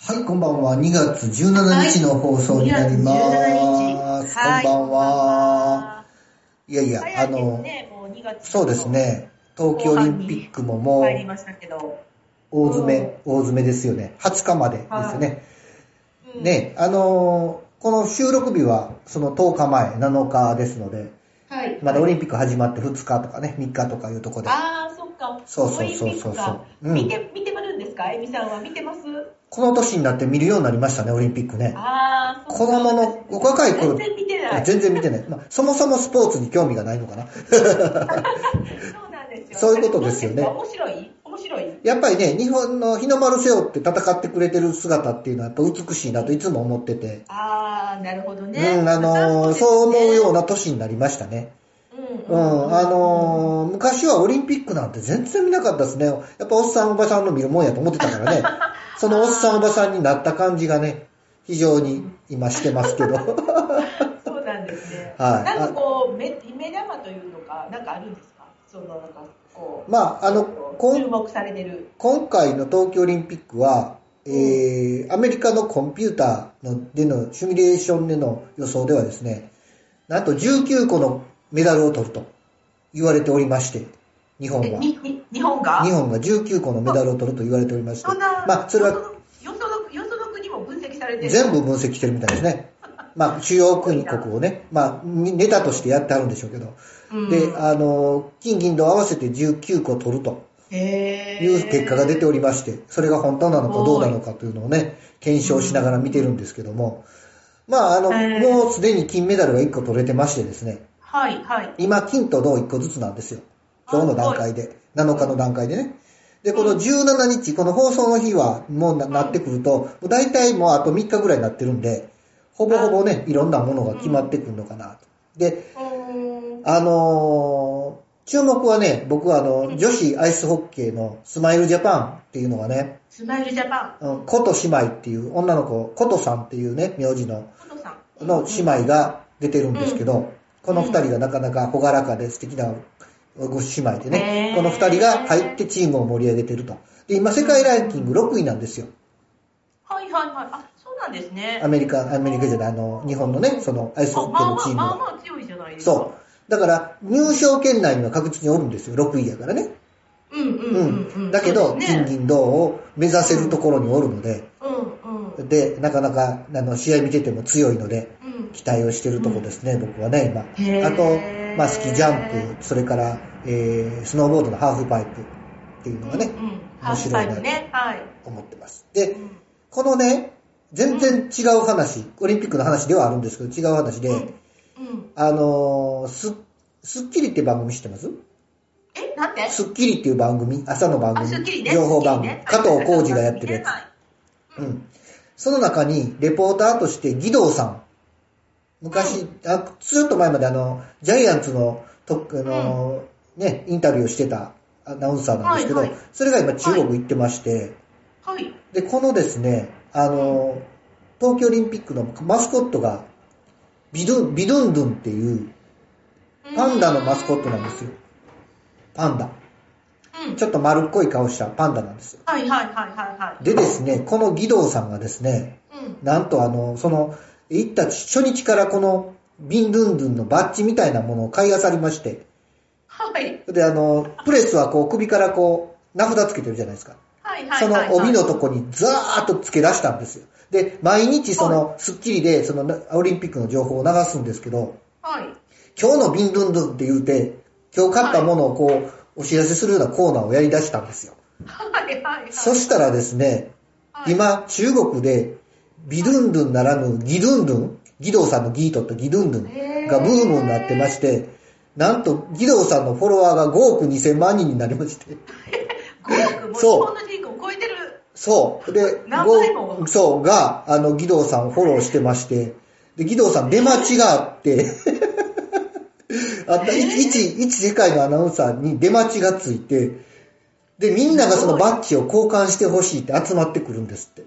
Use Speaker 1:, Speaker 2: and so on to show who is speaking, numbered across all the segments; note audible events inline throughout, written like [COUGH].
Speaker 1: はい、こんばんは。2月17日の放送になります。
Speaker 2: 2月17日。
Speaker 1: こんばんは。いやいや、
Speaker 2: 早
Speaker 1: あ
Speaker 2: いです
Speaker 1: の、
Speaker 2: ね、もう2月。
Speaker 1: そうです。ね。東京オリンピックももう
Speaker 2: 入りましたけど。
Speaker 1: 大詰め、大詰めですよね。20日までですよね。
Speaker 2: うん、
Speaker 1: ね、あのー、この収録日はその10日前、7日ですので、
Speaker 2: はい。
Speaker 1: まだオリンピック始まって2日とかね、3日とかいうとこで。
Speaker 2: ああ、そっか。
Speaker 1: そうそうそうそうそう
Speaker 2: オリ
Speaker 1: うん
Speaker 2: ンピックか見て、見てまるんですかえみさんは見てます
Speaker 1: この年になって見るようになりましたね、オリンピックね。
Speaker 2: ああ、そ
Speaker 1: 子供の若い頃
Speaker 2: 全然見てない。
Speaker 1: 全然見てない。まあ、そもそもスポーツに興味がないのかな。
Speaker 2: そうなんですよ。
Speaker 1: そういうことですよね
Speaker 2: どうですか面白い面白い
Speaker 1: やっぱりね、日本の日の丸背負って戦ってくれてる姿っていうのはやっぱ美しいなといつも思ってて。
Speaker 2: ああ、なるほどね。
Speaker 1: うん、あのーそう思うような年になりましたね。
Speaker 2: う。
Speaker 1: うんん、あのー昔はオリンピックなんて全然見なかったですね。やっぱおっさんおばさんの見るもんやと思ってたから [LAUGHS] ね。そのおっさんおばさんになった感じがね、非常に今してますけど。 [LAUGHS]
Speaker 2: そうなんですね。
Speaker 1: はい
Speaker 2: なんかこう、目、目玉というのか、なんかあるんですかその、なんか、こう。
Speaker 1: まあ、あの、こ
Speaker 2: 注
Speaker 1: ん
Speaker 2: 目されてる。
Speaker 1: 今回の東京オリンピックは、えー、アメリカのコンピューターのでのシミュレーションでの予想ではですね、なんと19個のメダルを取ると言われておりまして、日本
Speaker 2: え
Speaker 1: は。
Speaker 2: にに日本が
Speaker 1: 日本が19個のメダルを取ると言われておりまして、
Speaker 2: そんな、
Speaker 1: まあ、それは
Speaker 2: 予想の、予想の国も分析されてる。
Speaker 1: 全部分析してるみたいですね。まあ、主要国国をね、まあ、にネタとしてやってあるんでしょうけど。
Speaker 2: うん
Speaker 1: で、あの、金銀銅合わせて19個取ると
Speaker 2: へ
Speaker 1: いう結果が出ておりまして、それが本当なのかどうなのかというのをね、検証しながら見てるんですけども、まあ、あの、
Speaker 2: へー
Speaker 1: もうすでに金メダルが1個取れてましてですね、
Speaker 2: はい、はい。
Speaker 1: 今、金と銅1個ずつなんですよ。今日の段階で。7日の段階でね。で、この17日、この放送の日は、もうななってくると、もう大体もうあと3日ぐらいになってるんで、ほぼほぼね、いろんなものが決まってくるのかなと。で、
Speaker 2: うーん
Speaker 1: あのー注目はね、僕はあの、女子アイスホッケーのスマイルジャパンっていうのがね、
Speaker 2: スマイルジャパン、
Speaker 1: うん琴姉妹っていう女の子、琴さんっていうね、名字の、
Speaker 2: コトさん。
Speaker 1: の姉妹が出てるんですけど、この二人がなかなか朗らかで素敵なご姉妹でね、
Speaker 2: へー
Speaker 1: この二人が入ってチームを盛り上げてると。で、今世界ランキング6位なんですよ。
Speaker 2: はい、はい、はい。あ、そうなんですね。
Speaker 1: アメリカ、アメリカじゃない、あの、日本のね、そのアイス
Speaker 2: あ
Speaker 1: ホッ
Speaker 2: ま
Speaker 1: ケー
Speaker 2: あ
Speaker 1: の
Speaker 2: ま
Speaker 1: チー
Speaker 2: あ、
Speaker 1: ム
Speaker 2: まあ
Speaker 1: が。
Speaker 2: まあ強いじゃないですか。
Speaker 1: そう。だから、入賞圏内には確実におるんですよ、6位やからね。
Speaker 2: う。うん、うん、
Speaker 1: う
Speaker 2: うんうん。
Speaker 1: ん。だけど、
Speaker 2: そうです
Speaker 1: 金
Speaker 2: ね、
Speaker 1: 銀銅を目指せるところにおるので、
Speaker 2: うん、うん。うん
Speaker 1: で、なかなか、あの、試合見てても強いので、期待をしてるとこですね、僕はね、今。
Speaker 2: へー
Speaker 1: あと、まあ、スキージャンプ、それから、えー、スノーボードのハーフパイプっていうのがね、
Speaker 2: うんうん、
Speaker 1: 面白
Speaker 2: 面白
Speaker 1: い
Speaker 2: い
Speaker 1: な
Speaker 2: ね。はい。
Speaker 1: 思ってます。で
Speaker 2: う、ん
Speaker 1: このね、全然違う話、オリンピックの話ではあるんですけど、違う話で、
Speaker 2: うん。
Speaker 1: あのー、す、スッキリって番組知ってます
Speaker 2: え、なんて
Speaker 1: スッキリっていう番組、朝の番
Speaker 2: あ、スッキリ
Speaker 1: 組、
Speaker 2: ね。
Speaker 1: 情報番組、
Speaker 2: スッキ
Speaker 1: 加
Speaker 2: リね
Speaker 1: 藤浩二がやってるや
Speaker 2: はい
Speaker 1: つ。うん。その中に、レポーターとして、義堂さん。昔、あずっと前まであの、ジャイアンツの、と、あの、ね、インタビューをしてたアナウンサーなんですけど、
Speaker 2: はいはい
Speaker 1: それが今中国行ってまして、
Speaker 2: はい。
Speaker 1: で、このですね、あの、東京オリンピックのマスコットが、ビドゥン、ビドゥンドゥンっていう、パンダのマスコットなんですよ。パンダ。
Speaker 2: うん。
Speaker 1: ちょっと丸っこい顔したパンダなんですよ。
Speaker 2: はいはいはいはいは
Speaker 1: でですね、この義堂さんがですね、
Speaker 2: い。うん。
Speaker 1: なんとあの、その、行った初日からこの、ビンドゥンドゥンのバッジみたいなものを買い漁りまして、
Speaker 2: はい。
Speaker 1: で、あの、プレスはこう、首からこう、名札つけてるじゃないですか。
Speaker 2: はいはい
Speaker 1: そ
Speaker 2: はいはい。
Speaker 1: の帯のとこにザーッとつけ出したんですよ。で、毎日その、スッキリで、その、オリンピックの情報を流すんですけど、
Speaker 2: はい。
Speaker 1: 今日のビンドゥンドゥンって言うて、今日買ったものをこう、お知らせするようなコーナーをやり出したんですよ。
Speaker 2: はいはいはい。
Speaker 1: そしたらですね、
Speaker 2: はい、
Speaker 1: 今、中国で、ビドゥンドゥンならぬ、ギドゥンドゥン、ギドーさんのギートとギドゥンドゥンがブームになってまして、なんと、ギドーさんのフォロワーが5億2000万人になりまして、
Speaker 2: 5億、もう日
Speaker 1: そう
Speaker 2: 本の人口を超えてる。
Speaker 1: そう。で、
Speaker 2: 何倍も
Speaker 1: ごそう、が、あの、ギドーさんをフォローしてまして、で、ギドーさん出待ちがあって、 [LAUGHS] あった、一、一一世界のアナウンサーに出待ちがついて、で、みんながそのバッジを交換してほしいって集まってくるんですって。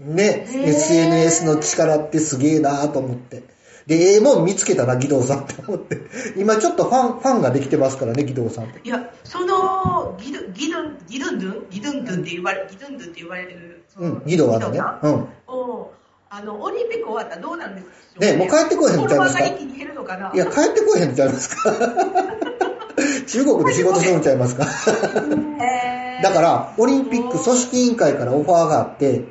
Speaker 1: ね、
Speaker 2: へー
Speaker 1: SNS の力ってすげえなぁと思って。で、ええもん見つけたな、義堂さんって思って。今ちょっとファン、ファンができてますからね、義堂さんって。
Speaker 2: いや、そのギドギドンギドゥンドゥンギドゥンドゥンって言われギドゥンドゥンって言われるその
Speaker 1: うん、義堂はね
Speaker 2: ギドさ。
Speaker 1: うん。
Speaker 2: んをあのオリンピック終わったらどうなんですか
Speaker 1: ねもう帰ってこいへんみたいな
Speaker 2: フォロワーが一気に減るのかない
Speaker 1: や、帰ってこいへんちゃいます
Speaker 2: [LAUGHS]
Speaker 1: か。中国で仕事するんちゃいますか。
Speaker 2: へー
Speaker 1: だから、オリンピック組織委員会からオファーがあって、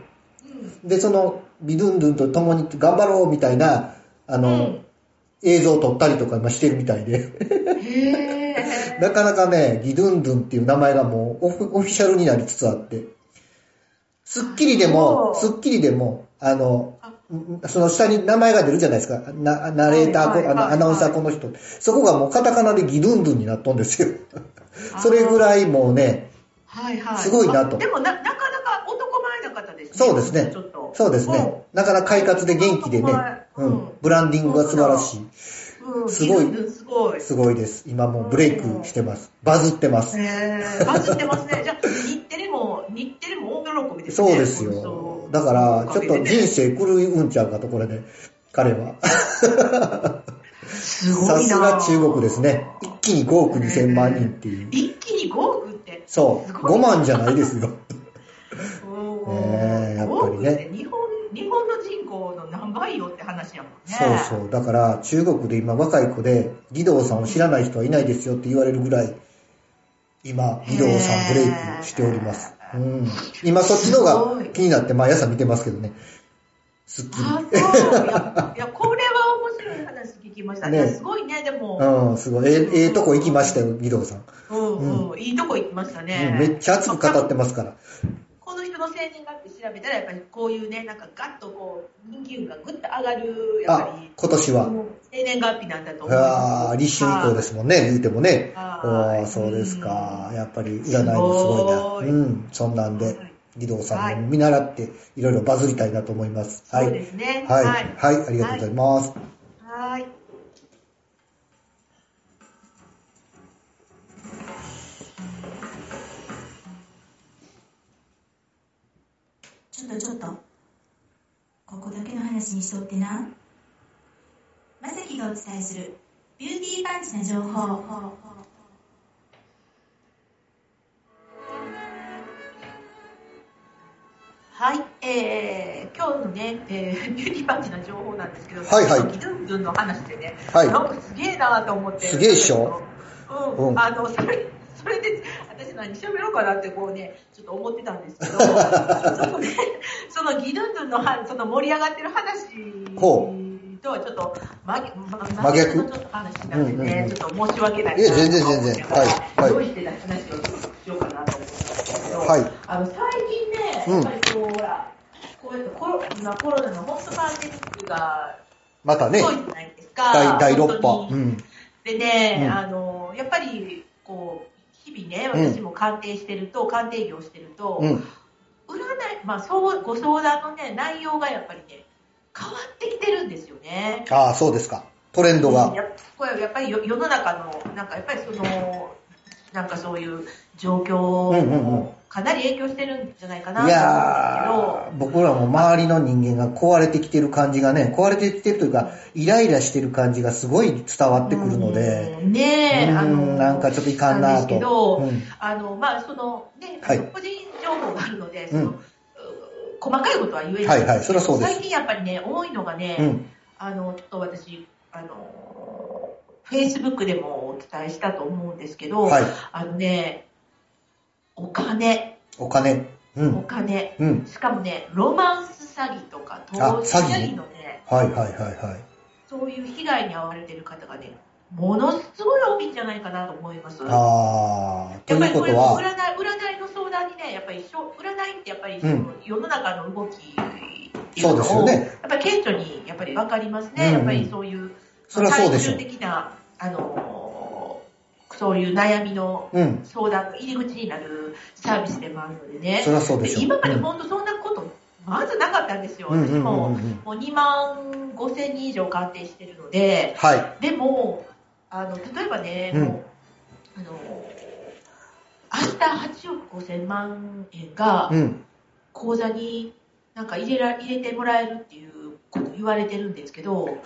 Speaker 2: うん
Speaker 1: で、その、ビドゥンドゥンと共に頑張ろうみたいな、あ
Speaker 2: う
Speaker 1: の、
Speaker 2: ん
Speaker 1: 映像を撮ったりとか今してるみたいで。
Speaker 2: へー
Speaker 1: なかなかね、ギドゥンドゥンっていう名前がもうオフオフィシャルになりつつあって、スッキリでも、ス
Speaker 2: そう
Speaker 1: ッキリでも、あの
Speaker 2: あ、
Speaker 1: んその下に名前が出るじゃないですか。なナレーター、
Speaker 2: はいはい
Speaker 1: あの
Speaker 2: はい
Speaker 1: アナウンサーこの人。そこがもうカタカナでギドゥンドゥンになっとんですよ。それぐらいもうね、
Speaker 2: はいはい
Speaker 1: すごいなと
Speaker 2: あでもななかなか男前な方ですね
Speaker 1: そうですね
Speaker 2: ちょっと
Speaker 1: そうですね。なかなか快活で元気でね、
Speaker 2: う
Speaker 1: うんん、ブランディングが素晴らしい。
Speaker 2: うん、うん
Speaker 1: すごい
Speaker 2: ギドゥンドゥンすごい
Speaker 1: すごいです。今もうブレイクしてます。バズってます。
Speaker 2: えー、バズってますね。じゃあ、日テレも、日テレも大喜びです
Speaker 1: そ
Speaker 2: ね。
Speaker 1: うですよ。だから、ちょっと人生狂いうんちゃうかと、これで、彼は。
Speaker 2: すご
Speaker 1: さ
Speaker 2: い
Speaker 1: す
Speaker 2: な
Speaker 1: が中国ですね。一気に5億2千万人っていう。
Speaker 2: 一気に5億って。
Speaker 1: そう、
Speaker 2: すごい
Speaker 1: 5万じゃないですよ。
Speaker 2: お
Speaker 1: ねえやっぱりね
Speaker 2: 5億って日本、日本の人口の何倍よって話やもんね。
Speaker 1: そうそう。だから、中国で今若い子で、義堂さんを知らない人はいないですよって言われるぐらい、今、義堂さんブレイクしております。うん。今、そっちの方が気になって、毎朝見てますけどね。すっきり。
Speaker 2: あそういやい [LAUGHS] や、これは面白い話聞きました。
Speaker 1: ね
Speaker 2: いや、すごいね、でも、
Speaker 1: うん、すごい。ええええとこ行きましたよ、義堂さん。
Speaker 2: うんうんいいとこ行きましたね。
Speaker 1: うんめっちゃ熱く語ってますから。
Speaker 2: この人の生年月日調べたら、やっぱりこういうね、なんかガッとこう、人気運がぐっと上がる、やっぱ
Speaker 1: あ
Speaker 2: り、、
Speaker 1: 今年は。
Speaker 2: 生年月日なんだと思います。
Speaker 1: ああ、立春以降ですもんね、言うてもね。
Speaker 2: はい
Speaker 1: おーそうですか。
Speaker 2: う
Speaker 1: やっぱり占いもすごいな。
Speaker 2: すごい
Speaker 1: うん、そんなんで
Speaker 2: はい、
Speaker 1: 義堂さ
Speaker 2: はい
Speaker 1: んも見習って、いろいろバズりたいなと思います。は。
Speaker 2: はい
Speaker 1: は
Speaker 2: い。そう
Speaker 1: い
Speaker 2: ですね。、はい。
Speaker 1: はい、ありがとうございます。
Speaker 2: はい。
Speaker 3: ちょっとちょっと、ここだけの話にしとってな。まさきがお伝えする、ビューティーパンチな情報。
Speaker 2: はい。えー、今日のね、えー、ビューティーパンチな情報なんですけど、
Speaker 1: はいはい
Speaker 2: さっきのギドゥンドゥンの話でね、
Speaker 1: はい
Speaker 2: なんかすげえなと思って。
Speaker 1: すげえっしょ
Speaker 2: うん、
Speaker 1: うん
Speaker 2: あの、それ、それで、私何喋ろうかなってこうね、ちょっと思ってたんで
Speaker 1: [LAUGHS]
Speaker 2: すけど、ちょっとね、そのギドゥンドゥンのは、その盛り上がってる話
Speaker 1: ほ
Speaker 2: とはちょっと真逆、
Speaker 1: 真逆
Speaker 2: のちょっと話にな
Speaker 1: う
Speaker 2: って
Speaker 1: んうんう
Speaker 2: ね
Speaker 1: ん、
Speaker 2: ちょっと申し訳ない
Speaker 1: いや全然全然はいはい
Speaker 2: どうしてな話をしようかなと思ってたんですけど、
Speaker 1: はい。
Speaker 2: あの最近ね、やっぱりこう、ほら、こうやってコロ今コロナの本当パンデミックが
Speaker 1: またね
Speaker 2: すごい、じゃないですか。
Speaker 1: 第第6
Speaker 2: 本
Speaker 1: 波。
Speaker 2: 当
Speaker 1: う
Speaker 2: に
Speaker 1: ん。
Speaker 2: でね、
Speaker 1: うん
Speaker 2: あの、やっぱり、こう、日々ね、
Speaker 1: うん
Speaker 2: 私も鑑定してると、鑑定業してると、
Speaker 1: うん。
Speaker 2: 占い、まあ、そうご相談のね、内容がやっぱりね、変わってきてるんですよね。
Speaker 1: ああ、そうですか。トレンド
Speaker 2: うん
Speaker 1: が。
Speaker 2: やっこれやっぱりよ世の中の、なんかやっぱりその、なんかそういう状況
Speaker 1: うんうんうん
Speaker 2: もかなり影響してるんじゃないかないと思うんですけど、
Speaker 1: やー、僕らも周りの人間が壊れてきてる感じがね、壊れてきてるというか、イライラしてる感じがすごい伝わってくるので。
Speaker 2: うんねえ、あ
Speaker 1: う
Speaker 2: の
Speaker 1: ん、なんかちょっといかん
Speaker 2: な
Speaker 1: なん
Speaker 2: です
Speaker 1: と。
Speaker 2: けど
Speaker 1: うん
Speaker 2: あのまあそのね、
Speaker 1: はい
Speaker 2: 個人情報があるので、
Speaker 1: ん
Speaker 2: そのう細かいことは言えな
Speaker 1: はいいはい、そりゃそうで
Speaker 2: 最
Speaker 1: す。
Speaker 2: 近やっぱりね、多いのがね、
Speaker 1: うん。
Speaker 2: あのちょっと私、あのフェイスブックでもお伝えしたと思うんですけど、
Speaker 1: はい。
Speaker 2: あのね、お金、
Speaker 1: お金。う
Speaker 2: お
Speaker 1: ん。
Speaker 2: 金、
Speaker 1: うん。
Speaker 2: しかもね、ロマンス詐欺とか投資
Speaker 1: あ詐
Speaker 2: 詐
Speaker 1: 欺
Speaker 2: 欺のね、
Speaker 1: はいはいはいはい。
Speaker 2: そういう被害に遭われてる方がね、ものすごい多いんじゃないかなと思います。
Speaker 1: あー、と
Speaker 2: やっぱ
Speaker 1: いう
Speaker 2: り
Speaker 1: こ
Speaker 2: これ
Speaker 1: と
Speaker 2: も
Speaker 1: は、
Speaker 2: 占い占いの相談にね、やっぱりしょ占いってやっぱりそ
Speaker 1: うん
Speaker 2: の世の中の動きっていう
Speaker 1: そうです
Speaker 2: の
Speaker 1: よ
Speaker 2: を、
Speaker 1: ね。
Speaker 2: やっぱり顕著にやっぱり分かりますね、
Speaker 1: うんうん
Speaker 2: やっぱりそういう
Speaker 1: そりゃそうでしょ
Speaker 2: 最終。的な、あのーそういう悩みの
Speaker 1: うん。
Speaker 2: 相談の入り口になるサービスでもあるのでね
Speaker 1: そ、りゃそうで
Speaker 2: で
Speaker 1: しょ。
Speaker 2: 今まで
Speaker 1: うん
Speaker 2: 本当そんなこと、まずなかったんですよ、
Speaker 1: うんう
Speaker 2: 私
Speaker 1: んうんう
Speaker 2: も
Speaker 1: ん。
Speaker 2: もう2万5千人以上鑑定してるので。
Speaker 1: はい。
Speaker 2: でも、あの例えばね、
Speaker 1: うん
Speaker 2: もうあの明日8億5千万円が
Speaker 1: うん。
Speaker 2: 口座になんか入れら入れてもらえるっていうこと言言われてるんです
Speaker 1: [LAUGHS]
Speaker 2: けど、本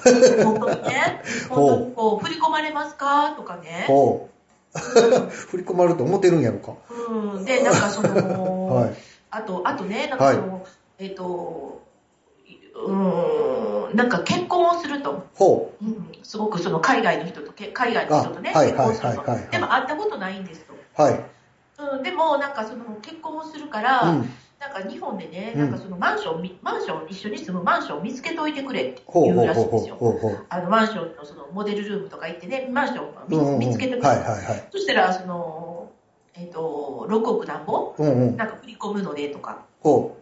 Speaker 2: 当にね、
Speaker 1: ほう
Speaker 2: 本当にこう、振り込まれますかとかね、
Speaker 1: ほう。振り込まれると思ってるんやろか。
Speaker 2: うん、で、なんかその、
Speaker 1: [LAUGHS] はい。
Speaker 2: あと、あとね、なんかその、えっ、と、うーん、なんか結婚をすると、
Speaker 1: ほう。
Speaker 2: うん、すごくその海外の人とけ、海外の人とね、
Speaker 1: あはい
Speaker 2: 結婚する
Speaker 1: はいはいはいはい
Speaker 2: と。でも会ったことないんですと。
Speaker 1: はい。
Speaker 2: うん、でも、なんかその結婚をするから、
Speaker 1: うん。
Speaker 2: なんか日本でね、
Speaker 1: うん
Speaker 2: なんかそのマンションみ、マンション、一緒に住むマンションを見つけておいてくれって
Speaker 1: ほう
Speaker 2: 言
Speaker 1: ほ
Speaker 2: う
Speaker 1: う
Speaker 2: らし
Speaker 1: ほ
Speaker 2: いう
Speaker 1: ほ
Speaker 2: んですよ。
Speaker 1: うほうほう。
Speaker 2: あのマンションのそのモデルルームとか行ってね、マンションを見,、
Speaker 1: うんうんうん
Speaker 2: つけてくれ、
Speaker 1: はいはいはい。
Speaker 2: そしたら、その、えっ、と、6億なんぼ
Speaker 1: うんうん。
Speaker 2: なんか振り込むのでとか。
Speaker 1: ほ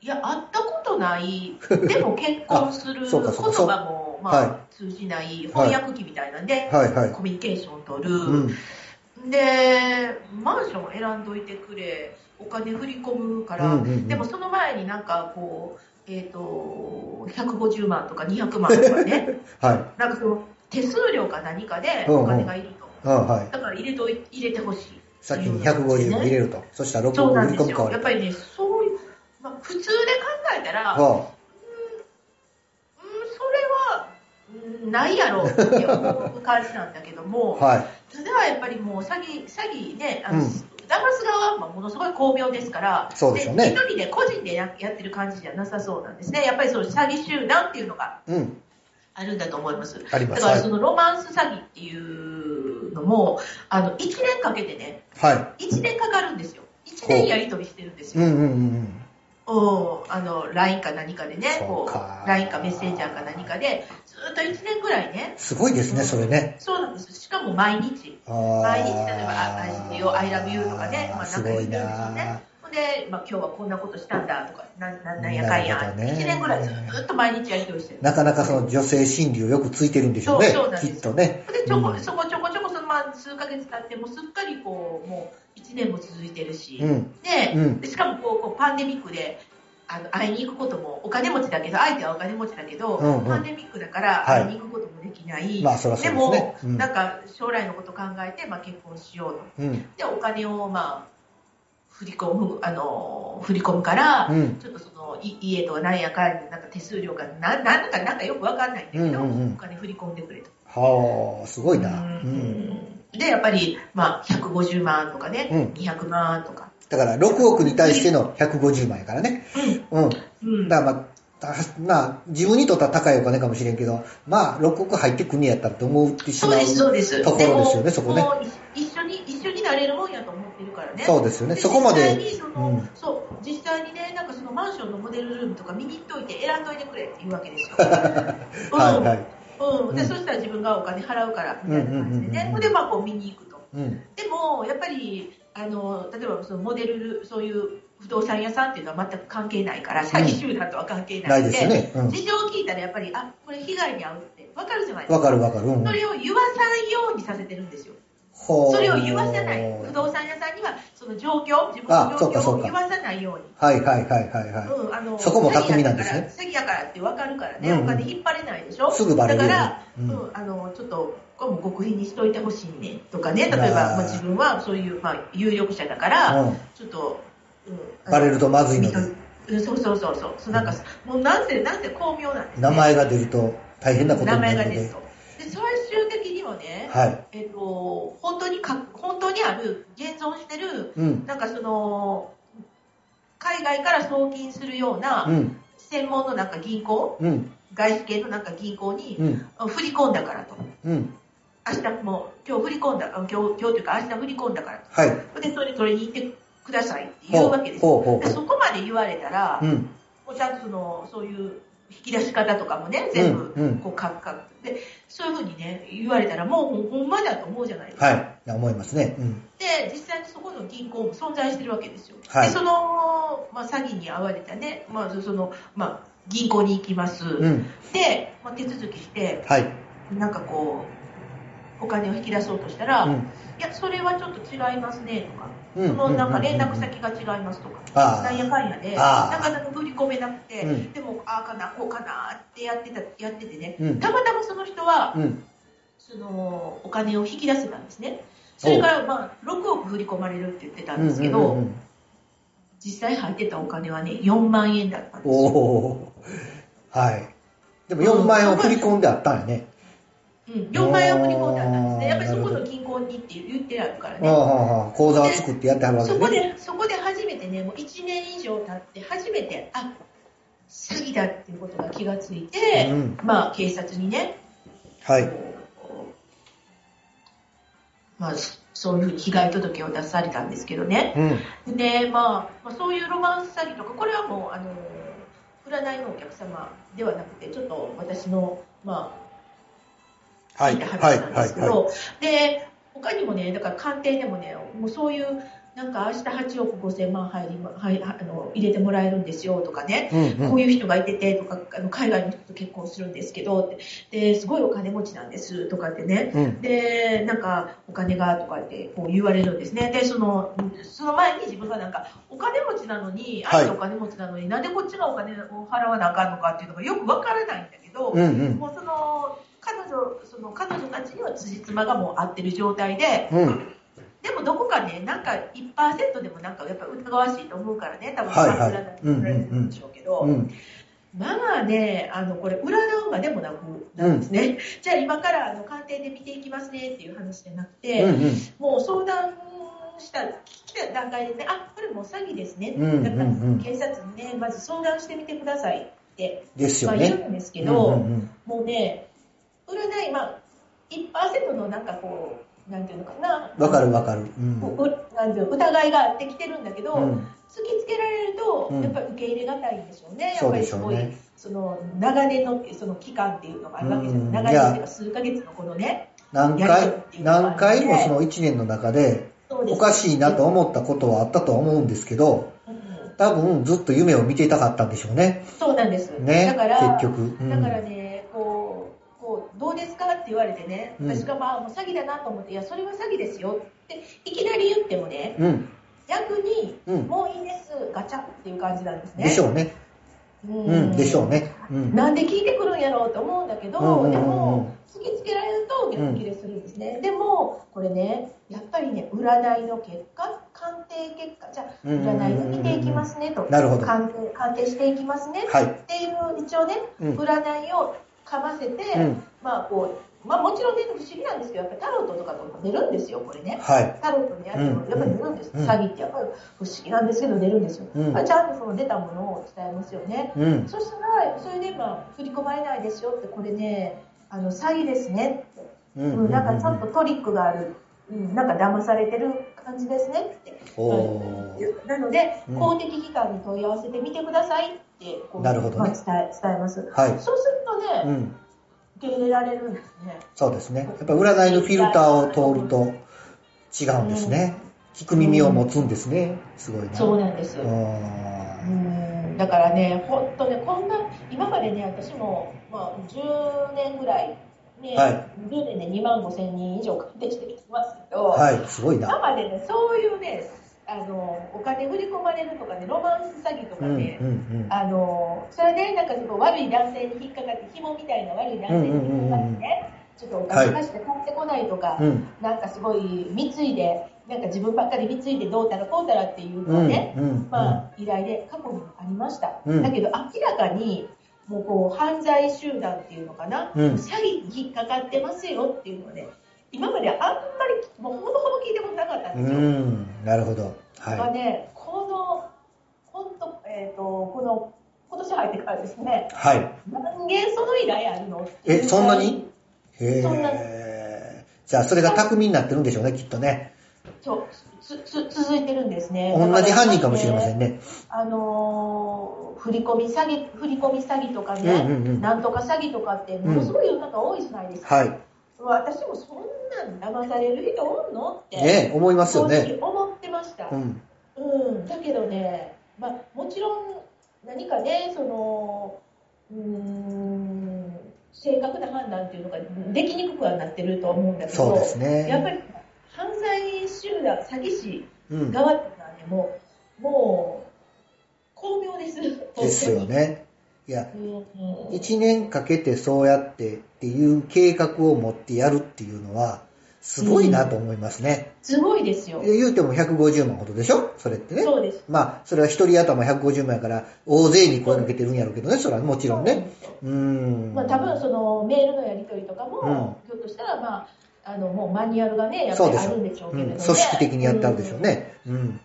Speaker 2: いや、会ったことない。でも結婚す
Speaker 1: [LAUGHS]
Speaker 2: る
Speaker 1: あ
Speaker 2: 言
Speaker 1: そうかそうかそう
Speaker 2: 葉も、ま
Speaker 1: は
Speaker 2: あ、通じない翻訳機みたいなんで、
Speaker 1: う。はいはい。
Speaker 2: コミュニケーション取る。
Speaker 1: うん。
Speaker 2: で、マンション選んどいてくれ、お金振り込むから、
Speaker 1: うんうんうん
Speaker 2: でもその前になんかこう、えっ、と、150万とか200万と
Speaker 1: [LAUGHS]
Speaker 2: かね、
Speaker 1: はい。
Speaker 2: なんかその手数料か何かで
Speaker 1: うんうん
Speaker 2: お金がいると。
Speaker 1: うんはい。
Speaker 2: だから入れとい入れてほしい。
Speaker 1: さっきに150も入れると。そしたら6
Speaker 2: そう
Speaker 1: 億
Speaker 2: な
Speaker 1: 振
Speaker 2: ん
Speaker 1: り込
Speaker 2: です
Speaker 1: むか
Speaker 2: よ。
Speaker 1: われ。
Speaker 2: やったぱりね、そういう、まあ、普通で考えたら、うん、
Speaker 1: は
Speaker 2: それは、うんないやろって思う感じなんだけど
Speaker 1: あ。
Speaker 2: も、
Speaker 1: はい。
Speaker 2: ただやっぱりもう詐欺、詐欺ね、あの、
Speaker 1: うん
Speaker 2: 騙す側はものすごい巧妙ですから、
Speaker 1: そうでしょうね
Speaker 2: 一人で個人でややってる感じじゃなさそうなんですね。やっぱりその詐欺集団っていうのが
Speaker 1: うん。
Speaker 2: あるんだと思います。
Speaker 1: あります。
Speaker 2: だか
Speaker 1: は
Speaker 2: ら
Speaker 1: い
Speaker 2: そ。のロマンス詐欺っていうのも、あの、1年かけてね、
Speaker 1: はい。
Speaker 2: 1年かかるんですよ。1年やり取りしてるんです
Speaker 1: う
Speaker 2: よ。
Speaker 1: んうんうん
Speaker 2: おあの、LINE か何かでね、
Speaker 1: そう
Speaker 2: こ
Speaker 1: か
Speaker 2: う、LINE かメッセンジャーか何かで、ずっと1年ぐらいね
Speaker 1: う、ん。すごいですね、それね。
Speaker 2: そうなんです。しかも毎日。
Speaker 1: 毎
Speaker 2: 毎日例えば「I see you, I love you」とかね、まあ、な
Speaker 1: す
Speaker 2: んか言
Speaker 1: ごい
Speaker 2: ってるんですよね
Speaker 1: な。
Speaker 2: ほんで、まあ、今日はこんなことしたんだとか、なんなんなんやかんや、
Speaker 1: なるほどね
Speaker 2: 1年ぐらいずっと毎日やり取りしてる。
Speaker 1: なかなかその女性心理をよくついてるんでしょうね
Speaker 2: そうそうな、ん
Speaker 1: き
Speaker 2: です
Speaker 1: っとね。
Speaker 2: ほんでちょこ、
Speaker 1: うん
Speaker 2: そこちょこちょこそのまあ数ヶ月経って、もうすっかりこう、もう1年も続いてるし、
Speaker 1: うん。
Speaker 2: で
Speaker 1: うん
Speaker 2: でしかもこうこうパンデミックであの会いに行くことも、お金持ちだけど、相手はお金持ちだけど、
Speaker 1: うんうん
Speaker 2: パンデミックだから
Speaker 1: はい
Speaker 2: 会いに行くこともできない、
Speaker 1: まあ、そらそう
Speaker 2: で
Speaker 1: です
Speaker 2: も
Speaker 1: ね、。うん
Speaker 2: なんか将来のこと考えて、まあ、結婚しようと。
Speaker 1: うん。
Speaker 2: でお金をまあ振り込むあの振り込むから、
Speaker 1: うん。
Speaker 2: ちょっとそのい家とかなんやかんやなんか手数料がななんかなんかよくわかんないんだけど、
Speaker 1: うんうんうん
Speaker 2: お金振り込んでくれと。
Speaker 1: はあ、すごいな。う。
Speaker 2: うんでやっぱりまあ150万とかね、
Speaker 1: うん
Speaker 2: 200万とか。
Speaker 1: だから、6億に対しての150万やからね。うん。だか
Speaker 2: うん
Speaker 1: らまあ、たまあ、自分にとっては高いお金かもしれんけど、まあ、6億入ってくんねやったらと思ってし
Speaker 2: そう
Speaker 1: まう。
Speaker 2: ですそうです。
Speaker 1: ところですよね
Speaker 2: も
Speaker 1: そこね
Speaker 2: もう一緒に一緒になれるもんやと思ってるからね。
Speaker 1: そうですよね。そこま
Speaker 2: 実際
Speaker 1: で。
Speaker 2: にその、
Speaker 1: うん
Speaker 2: そう実際にねなんかそのマンションのモデルルームとか見に行っといて選んどいてくれっていうわ
Speaker 1: [LAUGHS]
Speaker 2: けですよ。
Speaker 1: はい
Speaker 2: うん
Speaker 1: はい。
Speaker 2: うん、で、
Speaker 1: うん
Speaker 2: そしたら自分がお金払うからみたいな感じで
Speaker 1: うんうんうんう
Speaker 2: ね
Speaker 1: ん、
Speaker 2: ほんで、まあ、こう見に行くと。
Speaker 1: うん。
Speaker 2: でも、やっぱり、あの、例えば、そのモデル、そういう不動産屋さんっていうのは全く関係ないから、詐欺集団とは関係な
Speaker 1: ないい
Speaker 2: ん
Speaker 1: で
Speaker 2: で、
Speaker 1: すよね。うん。
Speaker 2: 事情を聞いたら、やっぱり、あ、これ被害に遭うって、わかるじゃないです
Speaker 1: わ
Speaker 2: か。
Speaker 1: かるわかる。うん
Speaker 2: そ。れを言わさないようにさせてるんですよ。
Speaker 1: ほう
Speaker 2: それを言わさない。不動産屋さんには、その状況、自分
Speaker 1: あ
Speaker 2: の
Speaker 1: そ
Speaker 2: 状
Speaker 1: うか
Speaker 2: 況
Speaker 1: そ
Speaker 2: を
Speaker 1: うか
Speaker 2: 言わさないように。
Speaker 1: はいはいはいはいはい。
Speaker 2: うん、あの
Speaker 1: そこも巧みなんですね
Speaker 2: 詐欺やから詐欺やからってわかるからね、
Speaker 1: うんうん
Speaker 2: お金引っ張れないでしょ
Speaker 1: すぐバレるよ
Speaker 2: だ
Speaker 1: ね
Speaker 2: から、
Speaker 1: うん
Speaker 2: うんあのちょっとこれも極秘にしといてほしいねとかね例えば、
Speaker 1: あー
Speaker 2: まあ、自分はそういう、まあ、有力者だから、
Speaker 1: うん、
Speaker 2: ちょっと、うんあの
Speaker 1: バレるとまずいので
Speaker 2: 認めうんそうそうそうそうそうなんか、もうなんせなんせ巧妙なんです、ね、
Speaker 1: 名前が出ると大変なこと
Speaker 2: 名
Speaker 1: にな
Speaker 2: 前
Speaker 1: る
Speaker 2: が
Speaker 1: の
Speaker 2: で、
Speaker 1: です
Speaker 2: とで最終的にはね、
Speaker 1: はい
Speaker 2: えっと本当にか本当にある現存してる
Speaker 1: うん
Speaker 2: なんかその海外から送金するような、
Speaker 1: うん
Speaker 2: 専門のなんか銀行、
Speaker 1: うん
Speaker 2: 外資系のなんか銀行に
Speaker 1: うん
Speaker 2: あ振り込んだからと。
Speaker 1: うん
Speaker 2: 明日も、今日振り込んだ、あ今日、今日というか明日振り込んだから
Speaker 1: はい
Speaker 2: と。で、それ取りに行ってくださいって言うわけですよ。
Speaker 1: ほうほう
Speaker 2: で
Speaker 1: ほ
Speaker 2: そこまで言われたら
Speaker 1: う、うん
Speaker 2: もうちゃんとその、そういう引き出し方とかもね、
Speaker 1: う
Speaker 2: 全
Speaker 1: ん
Speaker 2: 部、
Speaker 1: うん
Speaker 2: こう、かっかで、そういうふうにね、言われたら、もうほんほんまだと思うじゃないですか。
Speaker 1: はい思いますねうん
Speaker 2: で、実際にそこの銀行も存在してるわけですよ。
Speaker 1: はい
Speaker 2: で、その、まあ、詐欺に遭われたね、まあ、その、まあ、銀行に行きます。
Speaker 1: うん
Speaker 2: で、まあ、手続きして
Speaker 1: はい
Speaker 2: なんかこうお金を引き出そうとしたら、
Speaker 1: う
Speaker 2: い
Speaker 1: ん
Speaker 2: やそれはちょっと違いますねとか、
Speaker 1: うん
Speaker 2: そのなんか連絡
Speaker 1: うん
Speaker 2: 先が違いますとか、
Speaker 1: ああ
Speaker 2: なんやかんやで
Speaker 1: ああ
Speaker 2: なかなか振り込めなくて、
Speaker 1: うん
Speaker 2: でもああかなこうかなってやってたやっててね、
Speaker 1: うん
Speaker 2: たまたまその人は
Speaker 1: うん
Speaker 2: そのお金を引き出せたんですねそれから、まあ、6億振り込まれるって言ってたんですけど、
Speaker 1: うんうんうんうん
Speaker 2: 実際入ってたお金はね4万円だったんですよ
Speaker 1: おおはい。でも4万円を振り込んであったんやね。
Speaker 2: うん、4万円を振り込んだんですね。やっぱりそこの銀行にって言ってあるから
Speaker 1: ああ
Speaker 2: ね。
Speaker 1: ああ、口座を作ってやってはるわけ
Speaker 2: そこ
Speaker 1: ね。
Speaker 2: で、そこで初めてね、もう1年以上経って、初めて、あ詐欺だっていうことが気がついて、
Speaker 1: うん
Speaker 2: まあ、警察にね、
Speaker 1: はい。
Speaker 2: まあ、そういうふうに被害届を出されたんですけどね。
Speaker 1: うん。
Speaker 2: で、まあ、まあ、そういうロマンス詐欺とか、これはもう、あの、占いのお客様ではなくて、ちょっと私の、まあ、
Speaker 1: は
Speaker 2: 聞
Speaker 1: い。
Speaker 2: いた
Speaker 1: は
Speaker 2: 話
Speaker 1: い。
Speaker 2: なん
Speaker 1: は
Speaker 2: です
Speaker 1: い。
Speaker 2: け
Speaker 1: は
Speaker 2: ど、で、他にもね、だから鑑定でもね、もうそういう、なんか明日8億5千万入りま、はい、あの入れてもらえるんですよとかね、
Speaker 1: い。うん。
Speaker 2: こ
Speaker 1: うん。
Speaker 2: ういう人がいててとか、あの海外の人と結婚するんですけどって、ですごいお金持ちなんですとかってね、
Speaker 1: うん。
Speaker 2: で、なんか、お金がとかってこう言われるんですね。で、その、その前に自分がなんか、お金持ちなのに、
Speaker 1: はい
Speaker 2: 相手お金持ちなのに、なんでこっちがお金を払わなあかんのかっていうのがよくわからないんだけど、
Speaker 1: うん。うん。
Speaker 2: もうその、彼女、その彼女たちには辻褄がもう合ってる状態で、
Speaker 1: うん。
Speaker 2: でもどこかね、なんか1%でもなんかやっぱ疑わしいと思うからね、多分、
Speaker 1: はいはい
Speaker 2: 占いに取られてるんでしょうけど、
Speaker 1: うん。
Speaker 2: まあね、あのこれ、占うまでもなくなんですね、じゃあ今からあの鑑定で見ていきますねっていう話じゃなくて、
Speaker 1: うん。
Speaker 2: もう相談した、来た段階でね、あこれもう詐欺ですね、
Speaker 1: うんうんうん
Speaker 2: だから警察にね、まず相談してみてくださいって、
Speaker 1: ですよ
Speaker 2: まあ、言
Speaker 1: ね。
Speaker 2: うんですけ
Speaker 1: うん。
Speaker 2: ど、
Speaker 1: うん。
Speaker 2: もうね、占い、まあ、1%のなんかこう、なんていうのかな、
Speaker 1: わかるわかる。うん。
Speaker 2: こううなんていうの疑いがあってきてるんだけど、
Speaker 1: うん。
Speaker 2: 突きつけられると、
Speaker 1: うん
Speaker 2: やっぱり受け入れがたいんでしょうね、
Speaker 1: そう
Speaker 2: やっぱ
Speaker 1: で
Speaker 2: り
Speaker 1: し
Speaker 2: す
Speaker 1: ょ
Speaker 2: ご
Speaker 1: う
Speaker 2: い。
Speaker 1: ね。
Speaker 2: その長年のその期間っていうのがあるわけじゃ
Speaker 1: うん
Speaker 2: ない長年っていうか数ヶ月のこのね
Speaker 1: 何
Speaker 2: やり
Speaker 1: 回
Speaker 2: とり、
Speaker 1: 何回もその1年の中で、
Speaker 2: そうです
Speaker 1: おかしいなと思ったことはあったとは思うんですけど、
Speaker 2: うん
Speaker 1: 多分ずっと夢を見ていたかったんでしょうね。
Speaker 2: そうなんです、
Speaker 1: ね。
Speaker 2: だから
Speaker 1: 結局。うん
Speaker 2: だからねこうこうどうですかって言われてね
Speaker 1: うん
Speaker 2: 私がまあもう詐欺だなと思っていやそれは詐欺ですよっていきなり言ってもね
Speaker 1: うん。
Speaker 2: 逆に
Speaker 1: うん。
Speaker 2: もういいですガチャっていう感じなんですね
Speaker 1: でしょうね。
Speaker 2: うん
Speaker 1: うん。でしょうね。うん。
Speaker 2: なんで聞いてくるんやろうと思うんだけど、
Speaker 1: うんうんうんうん
Speaker 2: でも突きつけられると逆切れするんですね、でもこれねやっぱりね占いの結果鑑定結果じゃあ
Speaker 1: うんうんうんうん
Speaker 2: 占いで見ていきますねと、
Speaker 1: なるほど。は
Speaker 2: 鑑定鑑定していきますね
Speaker 1: い。
Speaker 2: っていう一応ね
Speaker 1: うん。
Speaker 2: 占いをかませて、
Speaker 1: うん。
Speaker 2: まあこうまあもちろんね不思議なんですけどやっぱりタロットとかと出るんですよこれね
Speaker 1: はい。
Speaker 2: タロットのやつもやっぱり出るんです、
Speaker 1: うんうん
Speaker 2: 詐欺ってやっぱり不思議なんですけど出るんですよ、
Speaker 1: うん
Speaker 2: まあちゃんとその出たものを伝えますよね
Speaker 1: うん。
Speaker 2: そしたら、それでまあ振り込まれないですよって、これね、あの詐欺ですねって、
Speaker 1: う
Speaker 2: うんなんかちょっとトリックがある、うん、なんか騙されてる感じですねって、
Speaker 1: おー
Speaker 2: なので、
Speaker 1: うん
Speaker 2: 公的機関に問い合わせてみてくださいってこう
Speaker 1: なるほどね
Speaker 2: まあ、伝え伝えます。
Speaker 1: はい。
Speaker 2: そうするとね、
Speaker 1: うん。
Speaker 2: 受け入れられるんですね。
Speaker 1: そうですね。やっぱ占いのフィルターを通ると違うんですね。聞く耳を持つんですね。すごいな。
Speaker 2: そうなんです。う
Speaker 1: あ
Speaker 2: んだからね、本当ね、こんな、今までね、私も、まあ、10年ぐらい、ね、
Speaker 1: はい
Speaker 2: 10年で2万5千人以上鑑定してきてますけど、
Speaker 1: ーはい、すごい
Speaker 2: 今
Speaker 1: な。
Speaker 2: までね、そういうね、あの、お金振り込まれるとかね、ロマンス詐欺と
Speaker 1: う
Speaker 2: か
Speaker 1: んうんう
Speaker 2: ね、
Speaker 1: ん。
Speaker 2: あの、それでなんかちょっと悪い男性に引っかかって、紐みたいな悪い男性に引っかかってね、ちょっとお金貸して買ってこないとか、
Speaker 1: うん
Speaker 2: なんかすごい貢いで、なんか自分ばっかり貢いでどうたらこうたらっていう
Speaker 1: う
Speaker 2: のは
Speaker 1: ん
Speaker 2: ね、
Speaker 1: うん
Speaker 2: まあ、依頼で過去にもありました。
Speaker 1: うん
Speaker 2: だけど明らかに、もうこう、犯罪集団っていうのかな、
Speaker 1: うん
Speaker 2: 詐欺に引っかかってますよっていうのはね、今まであんまり、もうほぼほぼ聞いたことなかった
Speaker 1: うん
Speaker 2: ですよ。
Speaker 1: ん。なるほど。
Speaker 2: まあ
Speaker 1: は
Speaker 2: ね、この、ほんと、えっ、と、この、今年入ってからですね、
Speaker 1: い。はい。
Speaker 2: 何件その依頼あるのってい
Speaker 1: え、
Speaker 2: う
Speaker 1: そんなにへ
Speaker 2: そんな
Speaker 1: え。じゃあ、それが巧みになってるんでしょうね、きっとね。
Speaker 2: そうつつ続いてるんですね。
Speaker 1: 同じ犯人かもしれま
Speaker 2: ん
Speaker 1: せんね。
Speaker 2: あのー振り込み詐欺、振り込み詐欺とかね、
Speaker 1: うんうんうん
Speaker 2: なんとか詐欺とかって、ものすごい世の中多いじゃないですか。
Speaker 1: はい。
Speaker 2: 私もそんなん騙される人おんのって、
Speaker 1: ね思います
Speaker 2: 正
Speaker 1: よね。
Speaker 2: 直思ってました。
Speaker 1: う。
Speaker 2: うんん、だけどね、まあ、もちろん何かね、その、うーん、正確な判断っていうのができにくくはなってると思うんだけど、
Speaker 1: そうです
Speaker 2: やっぱ
Speaker 1: ね。
Speaker 2: り犯罪集団、詐欺師、
Speaker 1: うん。
Speaker 2: 側っていうのはね、もう、もう、巧妙です。
Speaker 1: ですよね。いや、
Speaker 2: 本当に。うんうん
Speaker 1: 1年かけてそうやってっていう計画を持ってやるっていうのは、すごいなと思いますね。
Speaker 2: すごいですよ。
Speaker 1: 言うても150万ほどでしょそれってね。
Speaker 2: そうです。
Speaker 1: まあ、それは一人頭150万やから、大勢に声かけてるんやろうけどね、それはもちろんね。うーん。
Speaker 2: まあ、多分そのメールのやり取りとかも、ひょっとしたら、まあ、あのもうマニュアルがね、やっぱ
Speaker 1: そう
Speaker 2: り
Speaker 1: で
Speaker 2: あ
Speaker 1: しょ
Speaker 2: る
Speaker 1: う。
Speaker 2: ん
Speaker 1: うん
Speaker 2: でしょうけれどね、
Speaker 1: 組織的にやってあるでしょう
Speaker 2: うん。
Speaker 1: ね。うん。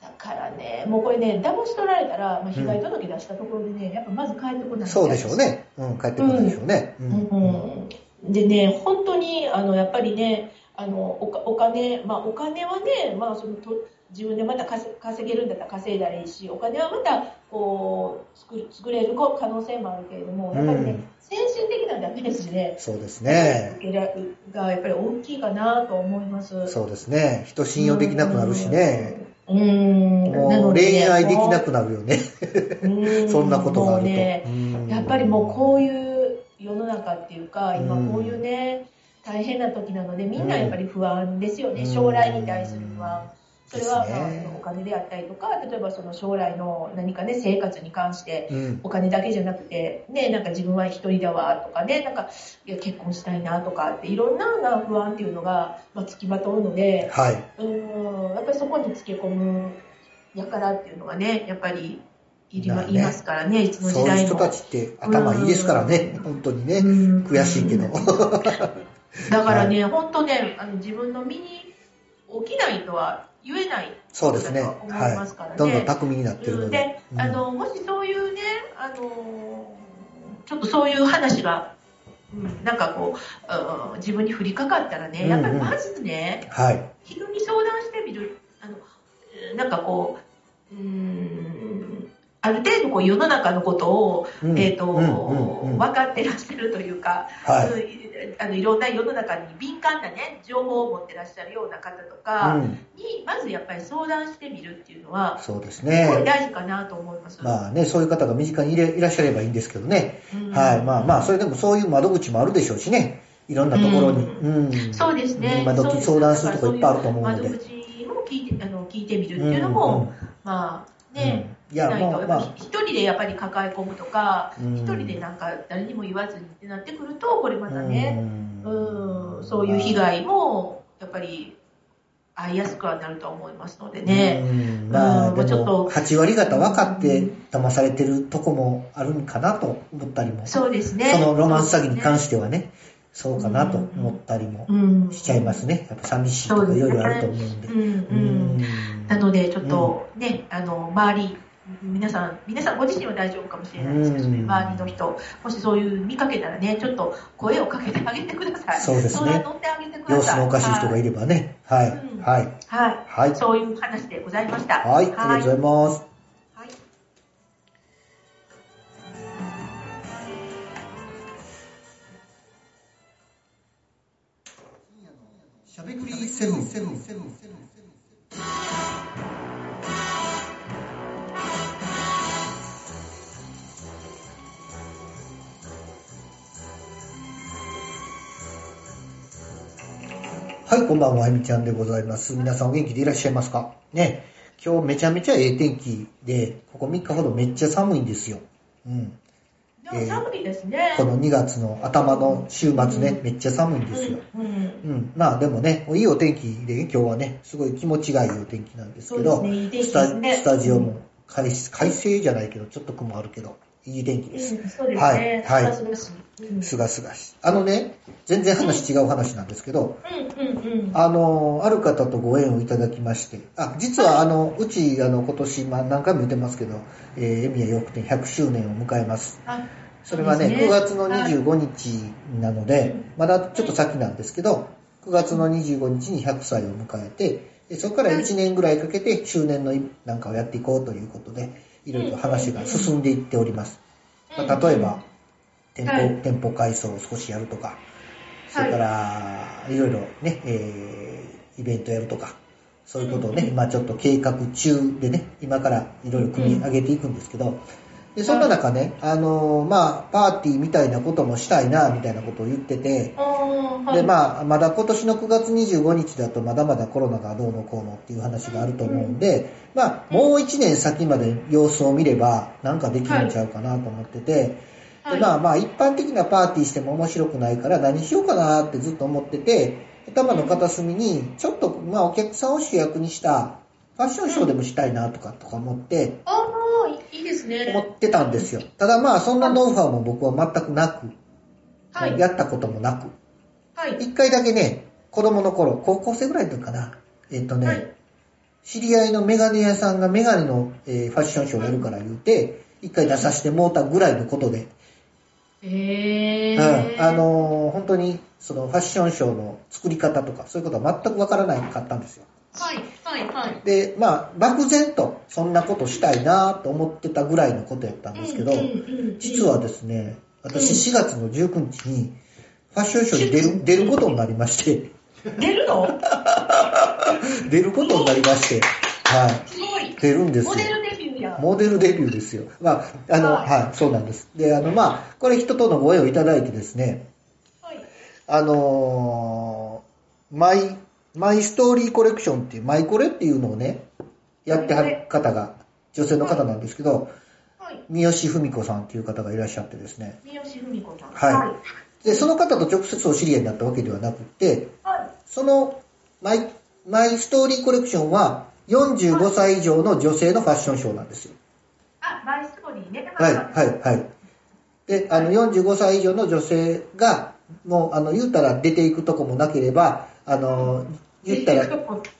Speaker 2: だからね、もうこれね、騙し取られたら、まあ、被害届出したところでね、やっぱまず帰ってこない
Speaker 1: そうでしょう。ね。うん、帰ってこないでしょうね。うん。
Speaker 2: うん、でね、本当にあのやっぱりね、あのおかお金、まあ、お金はね、まあ、そのと自分でまた稼稼げるんだったら稼いだらいいし、お金はまたこう作る作れる可能性もあるけれども、やっぱりね、
Speaker 1: うん
Speaker 2: 精神的なダメージで、
Speaker 1: そうですね。
Speaker 2: 受けらがやっぱり大きいかなと思います。
Speaker 1: そうですね。人信用できなくなるしね。
Speaker 2: うん、な
Speaker 1: も
Speaker 2: の
Speaker 1: う
Speaker 2: でね
Speaker 1: 恋愛できなくなるよね。
Speaker 2: うん
Speaker 1: そんなことがあ
Speaker 2: もう
Speaker 1: ると。
Speaker 2: ね
Speaker 1: うん
Speaker 2: やっぱりもうこういう世の中っていうか、今
Speaker 1: うん
Speaker 2: こういうね、大変な時なので、みんなやっぱり不安ですよね、
Speaker 1: うん
Speaker 2: 将来に対する不安。それは、
Speaker 1: です
Speaker 2: まあ
Speaker 1: ね
Speaker 2: そのお金であったりとか、例えばその将来の何かね、生活に関して、
Speaker 1: うん。
Speaker 2: お金だけじゃなくて、ね、なんか自分は一人だわとかね、なんかいや結婚したいなとかって、いろんなな不安っていうのが、まあ、つきまとうので、
Speaker 1: はい。
Speaker 2: うん、やっぱりそこにつけ込むやからっていうのがね、やっぱりいりま、
Speaker 1: まあね
Speaker 2: いますからね、いつの
Speaker 1: そう
Speaker 2: 時
Speaker 1: いう
Speaker 2: 代
Speaker 1: 人
Speaker 2: も。
Speaker 1: たちって頭いいですからね。本当にね。悔
Speaker 2: 悔
Speaker 1: しいけど。
Speaker 2: だからね、本当ねあの自分の身に起きないとは言えない
Speaker 1: [LAUGHS] そうですね。
Speaker 2: だと思いますから
Speaker 1: は
Speaker 2: ね
Speaker 1: い。どんどん巧みになってる
Speaker 2: う
Speaker 1: の
Speaker 2: ん
Speaker 1: で。
Speaker 2: で、
Speaker 1: うん
Speaker 2: あのもしそういうねあのちょっとそういう話が、うん、なんかこう、うん自分に降りかかったらねやっぱりまずね、
Speaker 1: はい。
Speaker 2: 人に相談してみるあのうんなんかこううんある程度こう世の中のことを、
Speaker 1: うん
Speaker 2: えーと
Speaker 1: うんうんうん
Speaker 2: 分かってらっしゃるというか、
Speaker 1: はい。
Speaker 2: うんあのいろんな世の中に敏感なね情報を持ってらっしゃるような方とか
Speaker 1: うん
Speaker 2: に、まずやっぱり相談してみるっていうのは
Speaker 1: そうです
Speaker 2: すごい
Speaker 1: ね。
Speaker 2: 大事かなと思います。
Speaker 1: まあね、そういう方が身近にいれいらっしゃればいいんですけどね。
Speaker 2: うん
Speaker 1: はい。まあまあ、それでもそういう窓口もあるでしょうしね。いろんなところに。うん。
Speaker 2: そうですね。
Speaker 1: 今時相談するとこいっぱいあると思うの
Speaker 2: 窓
Speaker 1: で。
Speaker 2: 口も聞いてあの聞いてみるって
Speaker 1: ん
Speaker 2: いうのも、
Speaker 1: ん
Speaker 2: まあね、
Speaker 1: うんいや、
Speaker 2: ないと
Speaker 1: もう、まあ、
Speaker 2: 一人でやっぱり抱え込むとか、
Speaker 1: うん
Speaker 2: 一人でなんか誰にも言わずにってなってくるとこれまたね。
Speaker 1: うん
Speaker 2: うんそういう被害もやっぱり遭いやすくはなると思いますのでね。
Speaker 1: うんまあ、
Speaker 2: うん
Speaker 1: で
Speaker 2: ちょっと
Speaker 1: も、8割方分かって騙されてるとこもあるんかなと思ったりも。
Speaker 2: そうですね。
Speaker 1: そのロマンス詐欺に関
Speaker 2: し
Speaker 1: してはね、そうかなと思ったりも
Speaker 2: て、うん、
Speaker 1: しちゃいますね。やっぱ寂しいとかいろいろあると思うんで
Speaker 2: うん。うん。
Speaker 1: うん
Speaker 2: なのでちょっとね、あの周り皆さん皆さんご自身は大丈夫かもしれないですけど、
Speaker 1: うん
Speaker 2: 周りの人もしそういう見かけたらねちょっと声をかけてあげてください。
Speaker 1: そうですね
Speaker 2: 相談乗ってあげてくだ
Speaker 1: 様子
Speaker 2: さい。
Speaker 1: のおかしい人がいればね。はい
Speaker 2: うん。
Speaker 1: はい。
Speaker 2: はい。
Speaker 1: はい。
Speaker 2: そういう話でございました。
Speaker 1: はい。ありがとうございます。
Speaker 2: はい
Speaker 1: しゃべくりセブン。セブン。セブン。はい、こんばんは、あゆみちゃんでございます。皆さんお元気でいらっしゃいますかね、今日めちゃめちゃええ天気で、ここ3日ほどめっちゃ寒いんですよ。うん。
Speaker 2: でも寒いですね。
Speaker 1: この2月の頭の週末ね
Speaker 2: う、ん
Speaker 1: めっちゃ寒いんですよ。
Speaker 2: うんう
Speaker 1: う
Speaker 2: ん
Speaker 1: ん、まあでもね、いいお天気で、今日はね、すごい気持ちがいいお天気なんですけど、
Speaker 2: そうですねいい天気
Speaker 1: スタ
Speaker 2: ですね
Speaker 1: スタジオも快快晴じゃないけど、ちょっと雲あるけど、いい天気
Speaker 2: う
Speaker 1: で
Speaker 2: ん、
Speaker 1: す。
Speaker 2: そうです
Speaker 1: はい
Speaker 2: ね。
Speaker 1: はい
Speaker 2: さすがですうん
Speaker 1: すがすがしい。あのね、全然話違う話なんですけど、
Speaker 2: うんうんうん。
Speaker 1: あの、ある方とご縁をいただきまして、あ、実はあの、うち、あの、今年、まあ何回も言ってますけど、えー、エミヤ洋服店100周年を迎えます。
Speaker 2: あ
Speaker 1: それはね、
Speaker 2: そうです
Speaker 1: 9月の
Speaker 2: はい
Speaker 1: 25日なので、まだちょっと先なんですけど、9月の25日に100歳を迎えて、でそこから1年ぐらいかけて周年のなんかをやっていこうということで、いろいろ話が進んでいっております。まあ例えば、店舗、
Speaker 2: はい
Speaker 1: 店舗改装を少しやるとか、それから、いろいろね、えーイベントやるとか、そういうことをね、
Speaker 2: うんうん
Speaker 1: 今ちょっと計画中でね、今からいろいろ組み上げていくんですけど、で、そんな中ね、あのーまあ、パーティーみたいなこともしたいな、みたいなことを言ってて、
Speaker 2: うん、
Speaker 1: で、まあ、まだ今年の9月25日だとまだまだコロナがどうのこうのっていう話があると思うんで、まあ、もう1年先まで様子を見れば、なんかできるんちゃうかなと思ってて、
Speaker 2: あ
Speaker 1: でまあまあ一般的なパーティーしても面白くないから何しようかなってずっと思ってて、頭の片隅に、ちょっと、まあ、お客さんを主役にした、ファッションショーでもしたいなとか、とか思って、
Speaker 2: ああ、いいです
Speaker 1: 思
Speaker 2: ね。
Speaker 1: ってたんですよ。ただまあ、そんなノウハウも僕は全くなく、
Speaker 2: はい。
Speaker 1: やったこともなく、
Speaker 2: はい。
Speaker 1: 一回だけね、子供の頃、高校生ぐらいの時かな、えっとね、
Speaker 2: はい。
Speaker 1: 知り合いのメガネ屋さんがメガネの、えーファッションショーをやるから言うて、一回出させてもうたぐらいのことで、
Speaker 2: え
Speaker 1: う
Speaker 2: ー。
Speaker 1: ん、あのー本当にそのファッションショーの作り方とかそういうことは全くわからないかったんですよ。
Speaker 2: はい、はい、はい。
Speaker 1: で、まあ、漠然とそんなことしたいなと思ってたぐらいのことやったんですけど、実はですね、私4月の19日にファッションショーに出る出ることになりまして、
Speaker 2: 出るの
Speaker 1: [LAUGHS] 出ることになりまして、は
Speaker 2: すごい
Speaker 1: い、。出るんですよ
Speaker 2: モ。デルデビューや。
Speaker 1: モデルデビューですよ。まあ、あの、
Speaker 2: は
Speaker 1: はいい、そうなんです。で、あの、まあ、これ人とのご縁をいただいてですね、
Speaker 2: はい。
Speaker 1: あのーマイ、マイストーリーコレクションっていう、マイコレっていうのをね、やってはる方が、女性の方なんですけど、
Speaker 2: はい。
Speaker 1: 三好文子さんっていう方がいらっしゃってですね。
Speaker 2: 三好文子さん。
Speaker 1: はい
Speaker 2: はい。
Speaker 1: で、その方と直接お知り合いになったわけではなくて、
Speaker 2: はい
Speaker 1: そのマイ、マイストーリーコレクションは、45歳以上の女性のファッションショーなんですよ。
Speaker 2: あ、マイストーリーね。
Speaker 1: はい、はい、はい。で、あの、45歳以上の女性が、もう、あの、言ったら出ていくとこもなければ、あの、言ったら、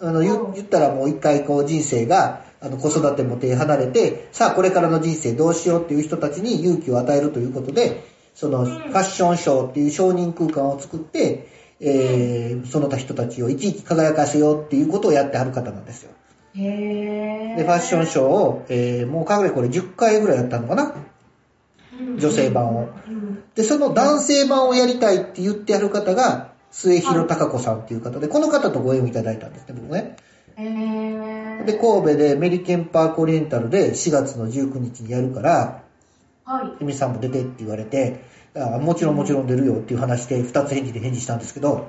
Speaker 1: あの、言言ったらもう一回こう人生が、あの、子育ても手離れて、さあこれからの人生どうしようっていう人たちに勇気を与えるということで、その、
Speaker 2: ん
Speaker 1: ファッションショーっていう承認空間を作って、えー、その他人たちを生き生き輝かせようっていうことをやってはる方なんですよ。
Speaker 2: へ
Speaker 1: で、ファッションショーを、えー、もうかれこれ10回ぐらいやったのかな
Speaker 2: ョ
Speaker 1: 女性版を。
Speaker 2: うん
Speaker 1: で、その男性版をやりたいって言ってある方が、末広隆子さんっていう方で、この方とご縁をいただいたんですね、僕ね。
Speaker 2: へー
Speaker 1: で、神戸でメリケンパークオリエンタルで4月の19日にやるから、
Speaker 2: は
Speaker 1: エ
Speaker 2: い。
Speaker 1: ミさんも出てって言われて、あもちろんもちろん出るよっていう話で2つ返事で返事したんですけど、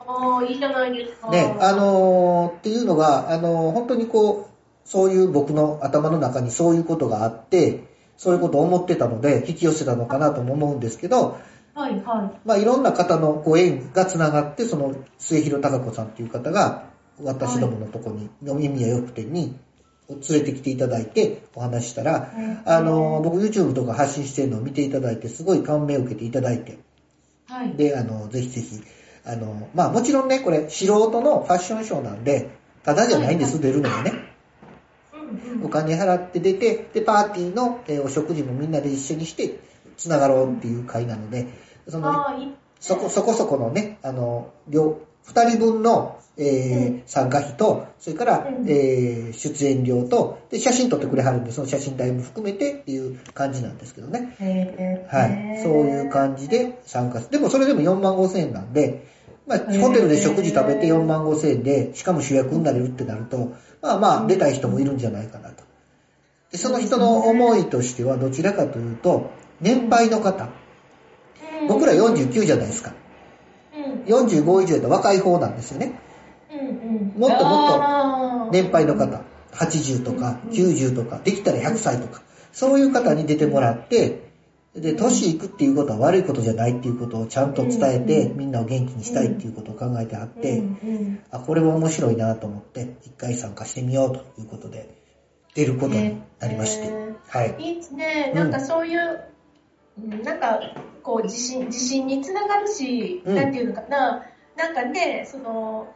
Speaker 2: ああ、いいじゃないですか。
Speaker 1: ね、あのーっていうのが、あのー本当にこう、そういう僕の頭の中にそういうことがあって、そういうことを思ってたので、引き寄せたのかなとも思うんですけど、
Speaker 2: はい、は
Speaker 1: まあ、いろんな方のご縁がつながって、その末広孝子さんという方が、私どものとこに、飲み宮よくてに、連れてきていただいてお話ししたら
Speaker 2: へー、
Speaker 1: あの、僕 YouTube とか発信してるのを見ていただいて、すごい感銘を受けていただいて、
Speaker 2: い。はい。
Speaker 1: で、あの、ぜひぜひ、あの、まあもちろんね、これ素人のファッションショーなんで、ただじゃないんです、出るのがね。
Speaker 2: うんう
Speaker 1: お
Speaker 2: ん
Speaker 1: 金払って出て、で、パーティーの、えーお食事もみんなで一緒にして、つながろうっていう会なので、その、
Speaker 2: ああ、いい。
Speaker 1: そこそこそこのね、あの、両、二人分の、えー
Speaker 2: うん
Speaker 1: 参加費と、それから、
Speaker 2: うん
Speaker 1: えー出演料と、で、写真撮ってくれはるんで、その写真代も含めてっていう感じなんですけどね。
Speaker 2: へー
Speaker 1: はい。そういう感じで参加すでもそれでも4万5千円なんで、まあ、
Speaker 2: ー
Speaker 1: ホテルで食事食べて4万5千円で、しかも主役になれるってなると、まあまあ、出たい人もいるんじゃないかなと。で、その人の思いとしては、どちらかというと、年配の方、
Speaker 2: うん
Speaker 1: 僕ら49じゃないですか。
Speaker 2: うん
Speaker 1: 45以上やったら若い方なんですよね。
Speaker 2: うんうん
Speaker 1: もっともっと
Speaker 2: あー
Speaker 1: 年配の方、80とか
Speaker 2: うん
Speaker 1: 90とか、できたら100歳とか、そういう方に出てもらって、で、年いくっていうことは悪いことじゃないっていうことをちゃんと伝えて、
Speaker 2: うん
Speaker 1: みんなを元気にしたいっていうことを考えてあっ
Speaker 2: う
Speaker 1: て
Speaker 2: ん、うん
Speaker 1: あ、これも面白いなと思って、一回参加してみようということで、出ることになりまして
Speaker 2: へー、
Speaker 1: はい。
Speaker 2: いいですね。
Speaker 1: うん
Speaker 2: なんかそういう、うんなんかこう自信自信につながるし、
Speaker 1: うん
Speaker 2: なんていうのかな、なんかね、その、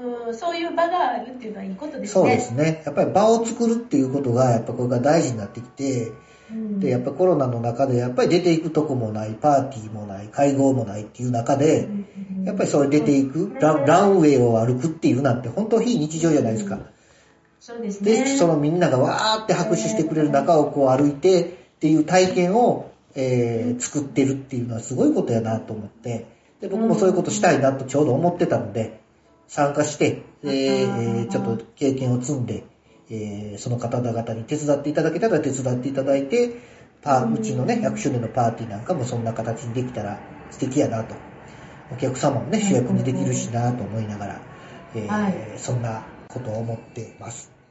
Speaker 2: うんそういう場があるっていうのはいいことですね。
Speaker 1: そうですね。やっぱり場を作るっていうことが、やっぱこれが大事になってきて、
Speaker 2: うん。
Speaker 1: で、やっぱコロナの中で、やっぱり出ていくとこもない、パーティーもない、会合もないっていう中で、やっぱりそう出ていく、ランランウェイを歩くっていうなんて本当非日常じゃないですか。
Speaker 2: そうですね。
Speaker 1: で、そのみんながわーって拍手してくれる中をこう歩いてっていう体験を、えー作ってるっていうのはすごいことやなと思って、で、僕もそういうことしたいなとちょうど思ってたので、参加して、えーえーちょっと経験を積んで、えーその方々に手伝っていただけたら手伝っていただいて、パーうちのね、100周年のパーティーなんかもそんな形にできたら素敵やなと。お客様もね、主役にできるしなと思いながら、えー
Speaker 2: はい
Speaker 1: そんなことを思ってます。